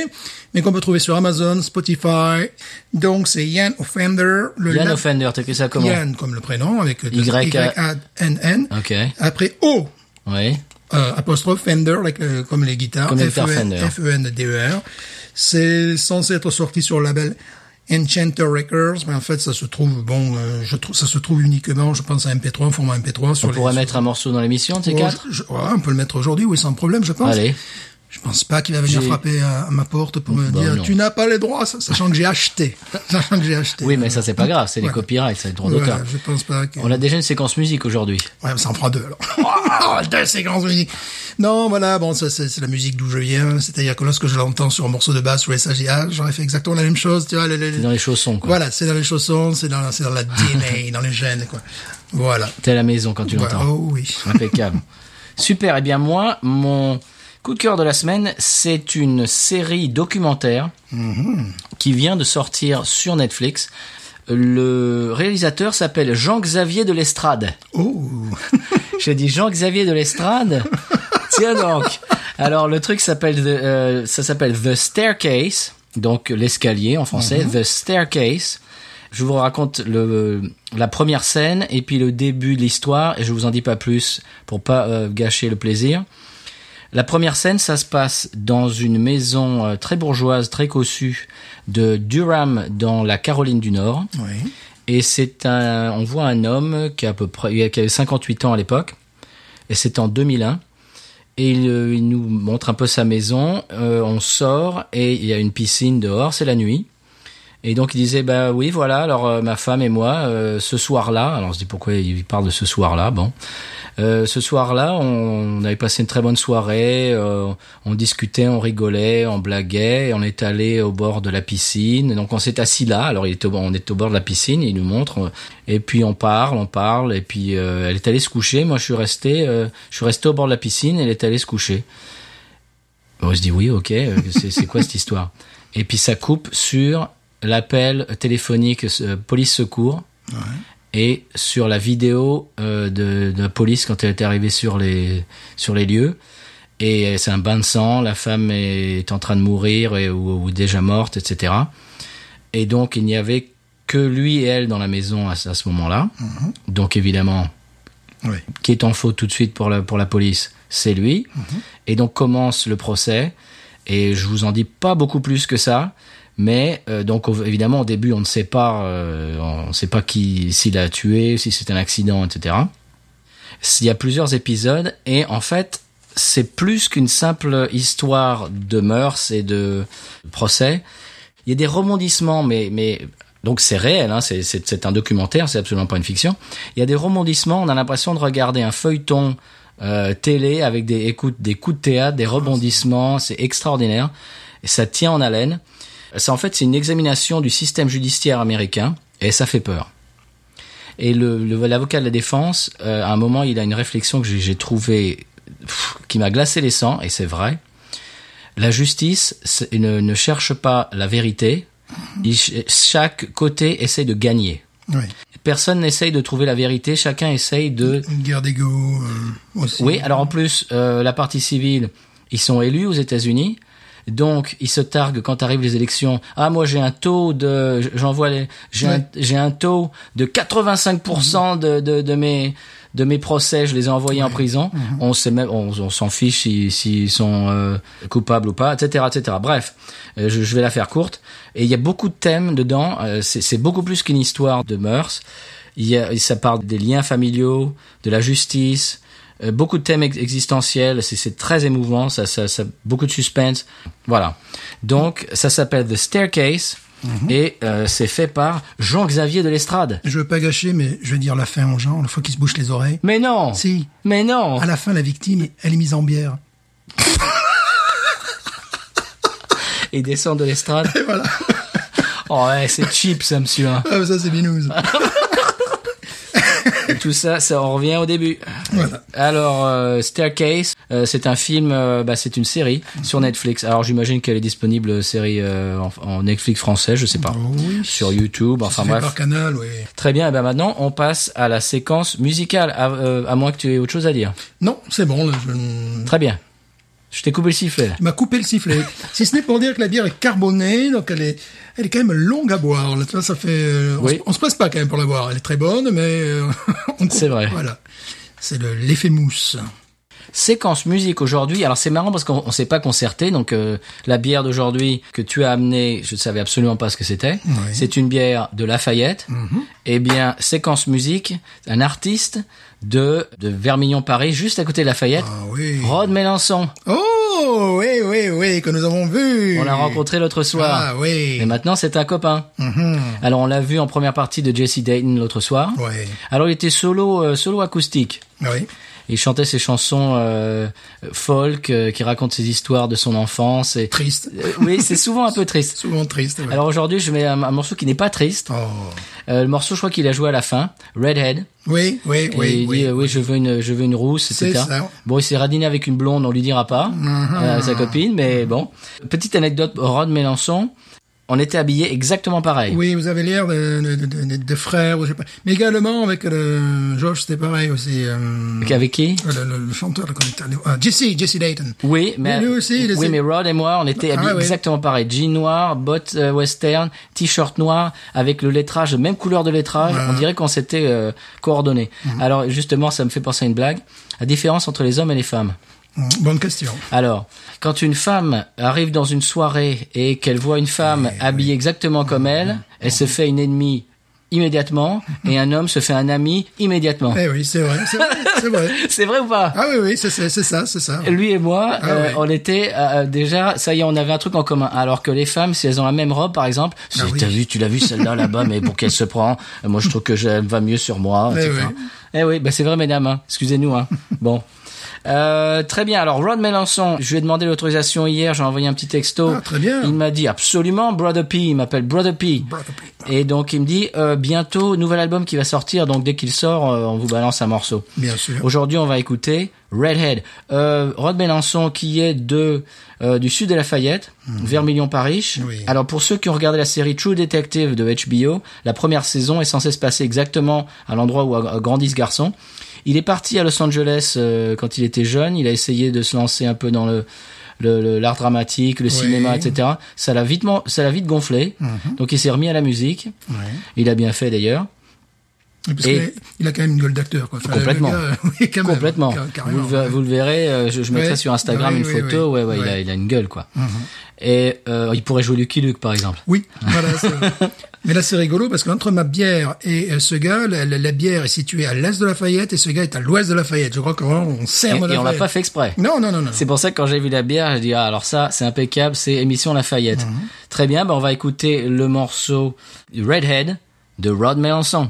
[SPEAKER 2] mais qu'on peut trouver sur Amazon, Spotify. Donc c'est Yann Offender. Le
[SPEAKER 1] Yann
[SPEAKER 2] lab-
[SPEAKER 1] Offender, t'as que ça comment
[SPEAKER 2] Yann comme le prénom avec deux-
[SPEAKER 1] Y, A-
[SPEAKER 2] Y A N N.
[SPEAKER 1] Ok.
[SPEAKER 2] Après O
[SPEAKER 1] Oui.
[SPEAKER 2] euh, apostrophe Fender like, euh, comme les guitares
[SPEAKER 1] Comme les
[SPEAKER 2] F E
[SPEAKER 1] guitares Fender.
[SPEAKER 2] N F E N D E R. C'est censé être sorti sur le label Enchanter Records, mais en fait ça se trouve bon, euh, je trouve ça se trouve uniquement, je pense à MP3, en format MP3 sur
[SPEAKER 1] On
[SPEAKER 2] les-
[SPEAKER 1] pourrait
[SPEAKER 2] sur-
[SPEAKER 1] mettre un morceau dans l'émission, t
[SPEAKER 2] Oh,
[SPEAKER 1] 4
[SPEAKER 2] je- ouais, on peut le mettre aujourd'hui, oui, sans problème, je pense.
[SPEAKER 1] Allez.
[SPEAKER 2] Je pense pas qu'il va venir
[SPEAKER 1] J'ai-
[SPEAKER 2] frapper à, à ma porte pour me
[SPEAKER 1] Bah,
[SPEAKER 2] dire
[SPEAKER 1] non.
[SPEAKER 2] tu n'as pas les droits, sa- sachant que j'ai acheté, sachant que j'ai acheté.
[SPEAKER 1] Oui, mais ça, c'est pas grave. C'est les
[SPEAKER 2] Ouais.
[SPEAKER 1] copyrights, c'est les droits
[SPEAKER 2] Voilà,
[SPEAKER 1] d'auteur.
[SPEAKER 2] je pense pas que.
[SPEAKER 1] hein. On a déjà une séquence musique aujourd'hui.
[SPEAKER 2] Ouais, mais ça en prend deux, alors. Waouh, deux séquences de musique. Non, voilà, bon, ça, c'est c'est la musique d'où je viens. C'est-à-dire que lorsque je l'entends sur un morceau de basse ou SAGA, j'aurais fait exactement la même chose, tu vois. le- le-
[SPEAKER 1] C'est dans les chaussons, quoi.
[SPEAKER 2] Voilà, c'est dans les chaussons, c'est dans, c'est dans la DNA, dans les gènes, quoi. Voilà.
[SPEAKER 1] T'es à la maison quand tu
[SPEAKER 2] Voilà,
[SPEAKER 1] l'entends.
[SPEAKER 2] oh oui.
[SPEAKER 1] Impeccable. Super. Eh bien, moi, mon coup de cœur de la semaine, c'est une série documentaire qui vient de sortir sur Netflix. Le réalisateur s'appelle Jean-Xavier de l'Estrade.
[SPEAKER 2] Oh.
[SPEAKER 1] J'ai dit Jean-Xavier de l'Estrade. Tiens donc. Alors le truc s'appelle The- euh, ça s'appelle The Staircase, donc l'escalier en français, The Staircase. Je vous raconte le, la première scène et puis le début de l'histoire et je vous en dis pas plus pour pas euh, gâcher le plaisir. La première scène, ça se passe dans une maison euh, très bourgeoise, très cossue de Durham dans la Caroline du Nord.
[SPEAKER 2] Oui.
[SPEAKER 1] Et c'est un, on voit un homme qui a à peu près, qui avait 58 ans à l'époque. Et c'est en 2001. Et il, euh, il nous montre un peu sa maison. Euh, on sort et il y a une piscine dehors. C'est la nuit. Et donc il disait bah oui voilà alors euh, ma femme et moi euh, ce soir-là alors on se dit pourquoi il parle de ce soir-là bon Euh, ce soir-là on, on avait passé une très bonne soirée euh, on discutait on rigolait on blaguait et on est allé au bord de la piscine donc on s'est assis là alors il est au, on est au bord de la piscine il nous montre euh, et puis on parle on parle et puis euh, elle est allée se coucher moi je suis resté euh, je suis resté au bord de la piscine elle est allée se coucher on se dit oui, ok, euh, c'est c'est quoi cette histoire Et puis ça coupe sur l'appel téléphonique euh, police secours et sur la vidéo euh, de, de la police quand elle était arrivée sur les sur les lieux. Et c'est un bain de sang, la femme est, est en train de mourir et, ou, ou déjà morte, etc. Et donc il n'y avait que lui et elle dans la maison à, ce- à ce moment-là. Donc évidemment,
[SPEAKER 2] Oui.
[SPEAKER 1] qui est en faute tout de suite pour la, pour la police, c'est lui. Et donc commence le procès. Et je vous en dis pas beaucoup plus que ça. Mais euh, donc au- évidemment au début on ne sait pas, euh, on sait pas qui, s'il a tué, si c'est un accident, etc. Il y a plusieurs épisodes et en fait c'est plus qu'une simple histoire de mœurs et de procès. Il y a des rebondissements, mais mais donc c'est réel, hein, c'est- c'est c'est un documentaire, c'est absolument pas une fiction. Il y a des rebondissements, on a l'impression de regarder un feuilleton euh, télé avec des écoutes, des coups de théâtre, des rebondissements, c'est extraordinaire. Et ça tient en haleine. Ça en fait c'est une examination du système judiciaire américain et ça fait peur. Et le le- l'avocat de la défense, euh, à un moment, il a une réflexion que j'ai j'ai trouvée pff, qui m'a glacé les sangs, et c'est vrai. La justice c'est- ne, ne cherche pas la vérité. Il ch- chaque côté essaie de gagner.
[SPEAKER 2] Oui.
[SPEAKER 1] Personne n'essaye de trouver la vérité. Chacun essaye de.
[SPEAKER 2] Une guerre d'ego euh, aussi.
[SPEAKER 1] Oui. Alors en plus, euh, la partie civile, ils sont élus aux États-Unis. Donc, ils se targuent quand arrivent les élections. Ah, moi, j'ai un taux de, j'envoie les, j'ai un,
[SPEAKER 2] Ouais.
[SPEAKER 1] j'ai un taux de 85% de, de, de mes, de mes procès, je les ai envoyés en prison.
[SPEAKER 2] Mhm.
[SPEAKER 1] On sait même, on, on s'en fiche si- s'ils sont euh, coupables ou pas, etc., etc. Bref, euh, je, je vais la faire courte. Et il y a beaucoup de thèmes dedans. euh, c'est c'est beaucoup plus qu'une histoire de mœurs. Il y a, ça parle des liens familiaux, de la justice, euh, beaucoup de thèmes ex- existentiels. C'est- C'est très émouvant. Ça, ça, ça, beaucoup de suspense. Voilà. Donc, ça s'appelle The Staircase.
[SPEAKER 2] Mhm.
[SPEAKER 1] Et euh, c'est fait par Jean-Xavier de l'Estrade.
[SPEAKER 2] Je veux pas gâcher, mais je vais dire la fin en genre, une fois qu'il se bouche les oreilles.
[SPEAKER 1] Mais non
[SPEAKER 2] Si.
[SPEAKER 1] Mais non
[SPEAKER 2] À la fin, la victime, elle est mise en bière.
[SPEAKER 1] Et descend de l'estrade.
[SPEAKER 2] Et voilà.
[SPEAKER 1] Oh ouais, c'est cheap ça, monsieur. hein.
[SPEAKER 2] Ah, ça, c'est binouze.
[SPEAKER 1] Et Tout ça, ça en revient au début.
[SPEAKER 2] voilà.
[SPEAKER 1] Alors, euh, Staircase, euh, c'est un film, euh, bah, c'est une série
[SPEAKER 2] Mhm.
[SPEAKER 1] sur Netflix. Alors j'imagine qu'elle est disponible euh, série euh, en, en Netflix français, je sais pas.
[SPEAKER 2] Oh, Oui.
[SPEAKER 1] Sur YouTube, enfin
[SPEAKER 2] Ça fait
[SPEAKER 1] bref.
[SPEAKER 2] Par canal, oui.
[SPEAKER 1] Très bien, et ben maintenant on passe à la séquence musicale, à, euh, à moins que tu aies autre chose à dire.
[SPEAKER 2] Non, c'est bon, là, je...
[SPEAKER 1] Très bien. Je t'ai coupé le sifflet. là.
[SPEAKER 2] Il m'a coupé le sifflet. si ce n'est pour dire que la bière est carbonée, donc elle est, elle est quand même longue à boire. Là, tu vois, ça fait, euh, on,
[SPEAKER 1] Oui.
[SPEAKER 2] se, on se presse pas quand même pour la boire. Elle est très bonne, mais euh, on coupe.
[SPEAKER 1] C'est vrai.
[SPEAKER 2] Voilà. C'est le- l'effet mousse.
[SPEAKER 1] Séquence musique aujourd'hui. Alors c'est marrant parce qu'on on s'est pas concerté. Donc euh, la bière d'aujourd'hui que tu as amenée, je ne savais absolument pas ce que c'était.
[SPEAKER 2] Oui. Mhm.
[SPEAKER 1] C'est une bière de Lafayette. Eh bien, séquence musique, un artiste de, de Vermillon Paris, juste à côté de Lafayette,
[SPEAKER 2] Ah oui.
[SPEAKER 1] Rod Mélenchon.
[SPEAKER 2] Oh oui oui oui que nous avons vu.
[SPEAKER 1] On l'a rencontré l'autre soir.
[SPEAKER 2] Ah oui.
[SPEAKER 1] Et maintenant c'est un copain.
[SPEAKER 2] Mhm.
[SPEAKER 1] Alors on l'a vu en première partie de Jesse Dayton l'autre soir.
[SPEAKER 2] Oui.
[SPEAKER 1] Alors il était solo, euh, solo acoustique.
[SPEAKER 2] Oui.
[SPEAKER 1] Il chantait ses chansons euh, folk euh, qui racontent ses histoires de son enfance. Et...
[SPEAKER 2] Triste.
[SPEAKER 1] Euh, oui, c'est souvent un peu triste.
[SPEAKER 2] Souvent triste. ouais.
[SPEAKER 1] Alors aujourd'hui, je mets un, un morceau qui n'est pas triste.
[SPEAKER 2] Oh.
[SPEAKER 1] Euh, le morceau, je crois qu'il a joué à la fin, Redhead.
[SPEAKER 2] Oui oui
[SPEAKER 1] Et
[SPEAKER 2] oui
[SPEAKER 1] il
[SPEAKER 2] oui.
[SPEAKER 1] dit, euh, oui, je veux une, je veux une rousse,
[SPEAKER 2] C'est
[SPEAKER 1] etc.
[SPEAKER 2] ça. Uh-huh.
[SPEAKER 1] Bon, il s'est radiné avec une blonde, on lui dira pas, euh, sa copine, mais bon. Petite anecdote, Rod Mélenchon, on était habillés exactement pareil.
[SPEAKER 2] Oui, vous avez l'air de, de, de- de frères, ou je sais pas. Mais également avec euh, Josh, c'était pareil aussi. euh,
[SPEAKER 1] Avec qui
[SPEAKER 2] le, le- le chanteur, là, comment il s'appelle Ah, Jesse, Jesse Dayton.
[SPEAKER 1] Oui, mais, euh,
[SPEAKER 2] Mais lui aussi, il
[SPEAKER 1] oui,
[SPEAKER 2] essaie-
[SPEAKER 1] mais Rod et moi, on était
[SPEAKER 2] Ah,
[SPEAKER 1] habillés
[SPEAKER 2] ouais.
[SPEAKER 1] exactement pareil. Jean noir, bottes euh, western, t-shirt noir, avec le lettrage, même couleur de lettrage. On dirait qu'on s'était euh, coordonnés.
[SPEAKER 2] Mhm.
[SPEAKER 1] Alors justement, ça me fait penser à une blague. La différence entre les hommes et les femmes.
[SPEAKER 2] Hum, Bonne question.
[SPEAKER 1] Alors, quand une femme arrive dans une soirée et qu'elle voit une femme habillée exactement comme
[SPEAKER 2] Mhm.
[SPEAKER 1] elle, elle se fait une ennemie immédiatement et un homme se fait un ami immédiatement.
[SPEAKER 2] Eh oui, c'est vrai, c'est vrai, c'est vrai.
[SPEAKER 1] C'est vrai ou pas
[SPEAKER 2] Ah oui, oui, c'est c'est- c'est ça, c'est ça.
[SPEAKER 1] Lui et moi,
[SPEAKER 2] Ah
[SPEAKER 1] euh,
[SPEAKER 2] ouais.
[SPEAKER 1] on était euh, euh, déjà, ça y est, on avait un truc en commun. Alors que les femmes, si elles ont la même robe, par exemple, si
[SPEAKER 2] Ah oui.
[SPEAKER 1] t'as vu, tu l'as vu celle-là là-bas, mais pour qu'elle se prend, euh, moi je trouve que j'aime va mieux sur moi.
[SPEAKER 2] Eh
[SPEAKER 1] etc.
[SPEAKER 2] oui.
[SPEAKER 1] Eh oui, bah c'est vrai, mesdames. hein. Excusez-nous. Hein. bon. Euh, très bien. Alors, Rod Mélenchon, je lui ai demandé l'autorisation hier. J'ai envoyé un petit texto.
[SPEAKER 2] Ah, très bien.
[SPEAKER 1] Il m'a dit absolument, Brother P. Il m'appelle Brother P.
[SPEAKER 2] Brother P.
[SPEAKER 1] Et donc, il me dit euh, bientôt nouvel album qui va sortir. Donc, dès qu'il sort, euh, on vous balance un morceau.
[SPEAKER 2] Bien sûr.
[SPEAKER 1] Aujourd'hui, on va écouter Redhead. Euh, Rod Melançon, qui est de euh, du sud de Lafayette, vers Million-Parish.
[SPEAKER 2] Oui.
[SPEAKER 1] Alors, pour ceux qui ont regardé la série True Detective de HBO, la première saison est censée se passer exactement à l'endroit où a a grandi ce garçon. Il est parti à Los Angeles euh, quand il était jeune. Il a essayé de se lancer un peu dans le le- le- l'art dramatique, le cinéma, etc. Ça l'a vite, mon- ça l'a vite gonflé. Donc il s'est remis à la musique.
[SPEAKER 2] Ouais.
[SPEAKER 1] Il a bien fait d'ailleurs.
[SPEAKER 2] Parce
[SPEAKER 1] Et-
[SPEAKER 2] que il a quand même une gueule d'acteur. quoi. Enfin, le
[SPEAKER 1] Complètement.
[SPEAKER 2] gars, oui, quand même,
[SPEAKER 1] Complètement.
[SPEAKER 2] car- carrément.
[SPEAKER 1] vous, le, vous le verrez, euh, je, je mettrai
[SPEAKER 2] Ouais.
[SPEAKER 1] sur Instagram
[SPEAKER 2] Ouais,
[SPEAKER 1] une
[SPEAKER 2] ouais,
[SPEAKER 1] photo. Ouais, ouais,
[SPEAKER 2] ouais.
[SPEAKER 1] Il, a,
[SPEAKER 2] Ouais. Mhm.
[SPEAKER 1] il a une gueule, quoi. Et euh, il pourrait jouer Lucky Luke, par exemple.
[SPEAKER 2] Oui, voilà. c'est vrai. Mais là, c'est rigolo parce qu'entre ma bière et euh, ce gars, la, la- la bière est située à l'est de Lafayette et ce gars est à l'ouest de Lafayette. Je crois que vraiment, on
[SPEAKER 1] Et,
[SPEAKER 2] sert
[SPEAKER 1] et
[SPEAKER 2] de
[SPEAKER 1] on l'a
[SPEAKER 2] Lafayette.
[SPEAKER 1] pas fait exprès.
[SPEAKER 2] Non, non, non, non.
[SPEAKER 1] C'est pour ça que quand j'ai vu la bière, j'ai dit ah alors ça c'est impeccable, c'est émission Lafayette.
[SPEAKER 2] Mhm.
[SPEAKER 1] Très bien, ben on va écouter le morceau Redhead de Rod Melanson.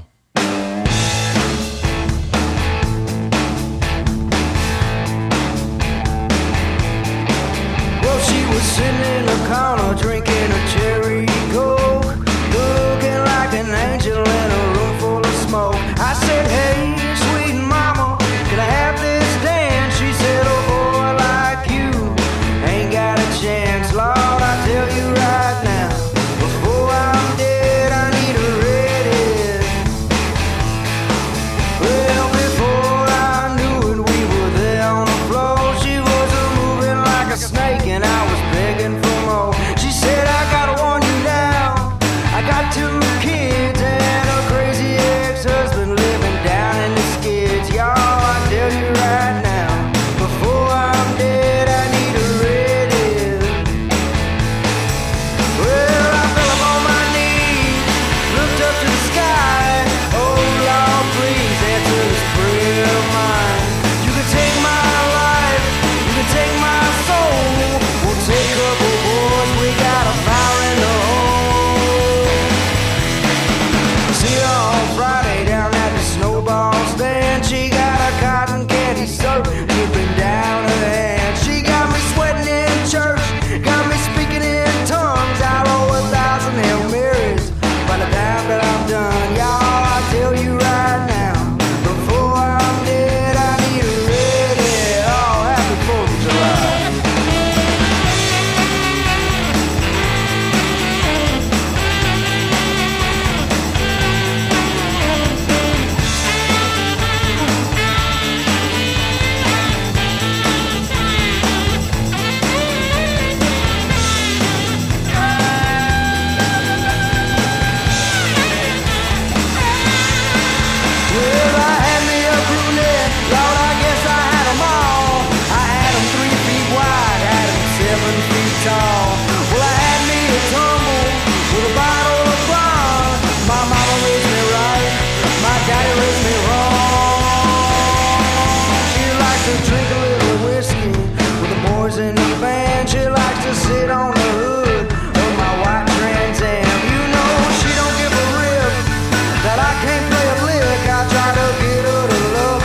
[SPEAKER 3] Well, she was sitting in the corner drinking a cherry coke, looking like an angel in a room full of smoke. I said, Hey, sweet mama, can I have this dance? She said, Oh, boy, like you ain't got a chance, Lord. I tell you right now, before I'm dead, I need a redhead. Well, before I knew it, we were there on the floor. She was a moving like a snake, and I was begging for more. She said, I got Oh, Oh, Oh,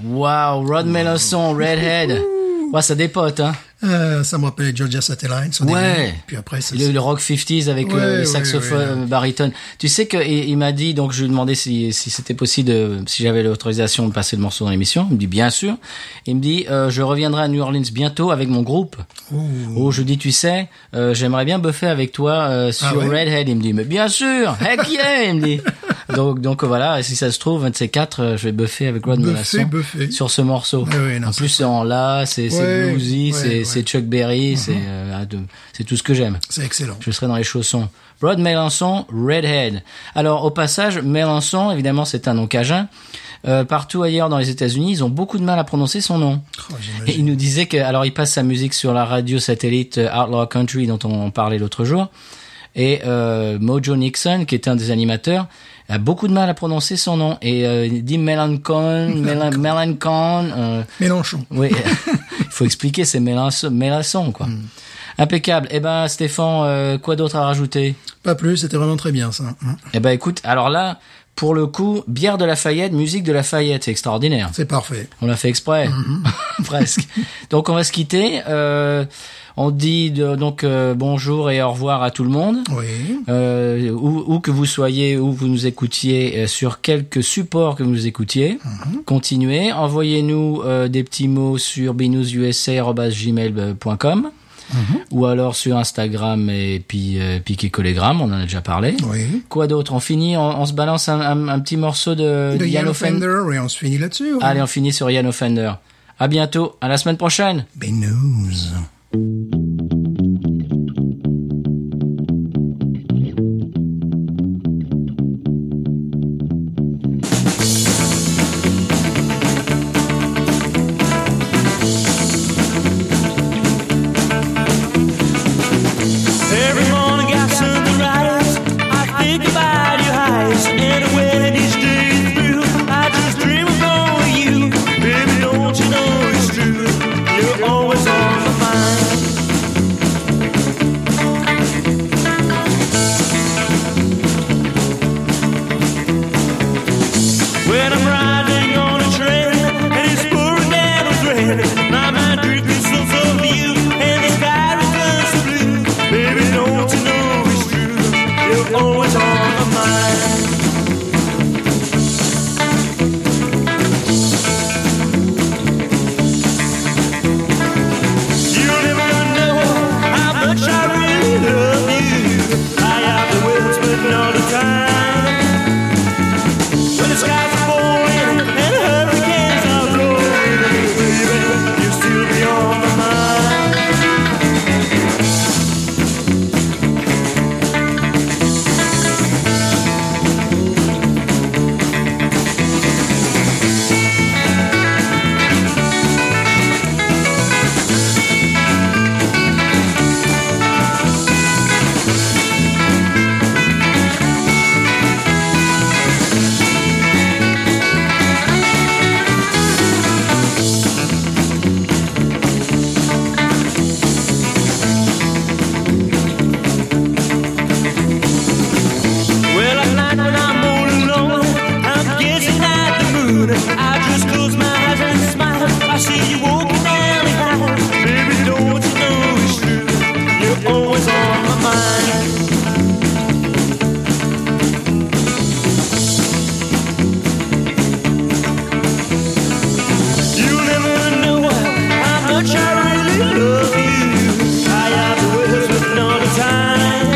[SPEAKER 1] Waouh, Rod Melanson, Redhead. Ouais, ça dépote, hein.
[SPEAKER 2] Euh, ça me rappelle Georgia Satellite, son
[SPEAKER 1] Ouais.
[SPEAKER 2] début. Puis après, ça,
[SPEAKER 1] Il y a eu le rock 50s avec euh,
[SPEAKER 2] Ouais,
[SPEAKER 1] le
[SPEAKER 2] ouais,
[SPEAKER 1] saxophone
[SPEAKER 2] ouais, ouais.
[SPEAKER 1] baryton. Tu sais que il, il m'a dit donc je lui ai demandé si, si c'était possible de, si j'avais l'autorisation de passer le morceau dans l'émission. Il me dit bien sûr. Il me dit euh, je reviendrai à New Orleans bientôt avec mon groupe. Oh, je lui dis tu sais euh, j'aimerais bien buffer avec toi euh, sur
[SPEAKER 2] Ah ouais
[SPEAKER 1] Redhead. Il me dit mais bien sûr. Heck yeah il me dit. Donc donc voilà et si ça se trouve un de ces quatre euh, je vais buffer avec Rod
[SPEAKER 2] Buffer,
[SPEAKER 1] Melanson
[SPEAKER 2] buffer.
[SPEAKER 1] sur ce morceau.
[SPEAKER 2] Ouais, ouais, non,
[SPEAKER 1] en plus c'est en la c'est c'est
[SPEAKER 2] Ouais,
[SPEAKER 1] bluesy
[SPEAKER 2] ouais,
[SPEAKER 1] c'est
[SPEAKER 2] ouais. Mhm.
[SPEAKER 1] c'est Chuck Berry c'est euh, ah, de- c'est tout ce que j'aime.
[SPEAKER 2] c'est excellent.
[SPEAKER 1] Je serai dans les chaussons. Rod Melanson, Redhead. Alors, au passage, Melanson, évidemment, c'est un nom cajun. Euh, partout ailleurs dans les États-Unis, ils ont beaucoup de mal à prononcer son nom.
[SPEAKER 2] Oh,
[SPEAKER 1] Et
[SPEAKER 2] j'imagine.
[SPEAKER 1] il nous disait que, alors, il passe sa musique sur la radio satellite euh, Outlaw Country dont on parlait l'autre jour. Et euh, Mojo Nixon, qui est un des animateurs, a beaucoup de mal à prononcer son nom. Et euh, il dit Melancon, Melan- Melancon. euh,
[SPEAKER 2] Mélenchon.
[SPEAKER 1] oui, il faut expliquer, c'est Mélenchon, Mélenchon, quoi. Impeccable. Eh ben, Stéphane, euh, quoi d'autre à rajouter
[SPEAKER 2] Pas plus, c'était vraiment très bien, ça. Hum.
[SPEAKER 1] Eh ben, écoute, alors là, pour le coup, bière de Lafayette, musique de Lafayette, c'est extraordinaire.
[SPEAKER 2] C'est parfait.
[SPEAKER 1] On l'a fait exprès, presque. Donc, on va se quitter. Euh, on dit de- donc euh, bonjour et au revoir à tout le monde.
[SPEAKER 2] Oui.
[SPEAKER 1] Euh, où, où que vous soyez, où vous nous écoutiez, euh, sur quelque support que vous nous écoutiez,
[SPEAKER 2] Mhm.
[SPEAKER 1] continuez. Envoyez-nous euh, des petits mots sur binoususa.gmail.com
[SPEAKER 2] Mhm.
[SPEAKER 1] ou alors sur Instagram et puis euh, Piqué Collégramme, on en a déjà parlé.
[SPEAKER 2] Oui.
[SPEAKER 1] Quoi d'autre On finit, on, on se balance un, un- un petit morceau de,
[SPEAKER 2] De
[SPEAKER 1] de Yann
[SPEAKER 2] Yellow
[SPEAKER 1] Offen-
[SPEAKER 2] Fender, et on se finit là-dessus. oui.
[SPEAKER 1] Allez, on finit sur Yann Offender. À bientôt, à la semaine prochaine
[SPEAKER 2] Big news.
[SPEAKER 3] Every morning after the rise, I think about your eyes. And when these days through, I just dream of knowing you. Baby, don't you know it's true? You're always on my mind. When I'm riding on a train and it's pouring down with rain, my mind drifts off of you and the sky becomes so blue. Baby, don't you know it's true? You're always on my mind. You'll never know how much I really love you. I have the words, but not the time. When the skies are falling and hurricanes are blowing, baby, you'll still be on my mind. Well, at night when I'm all alone, I'm gazing at the moon. I just close my eyes and smile. I see you walking down the aisle. Baby, don't you know it's true? You're always on my mind. You never know how much I really love you. I have the words, but not the time.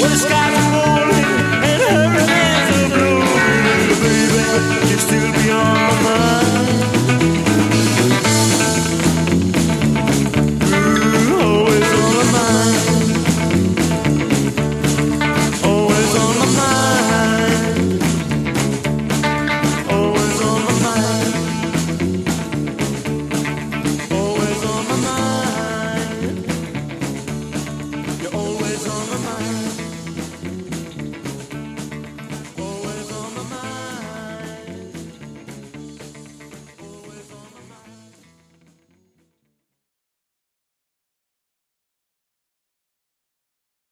[SPEAKER 3] When the skies are falling and hurricanes are blowing, baby, you still be on my mind. Ooh, always on my mind. Always on my mind. Always on my mind. Always on my mind. You're always on my mind.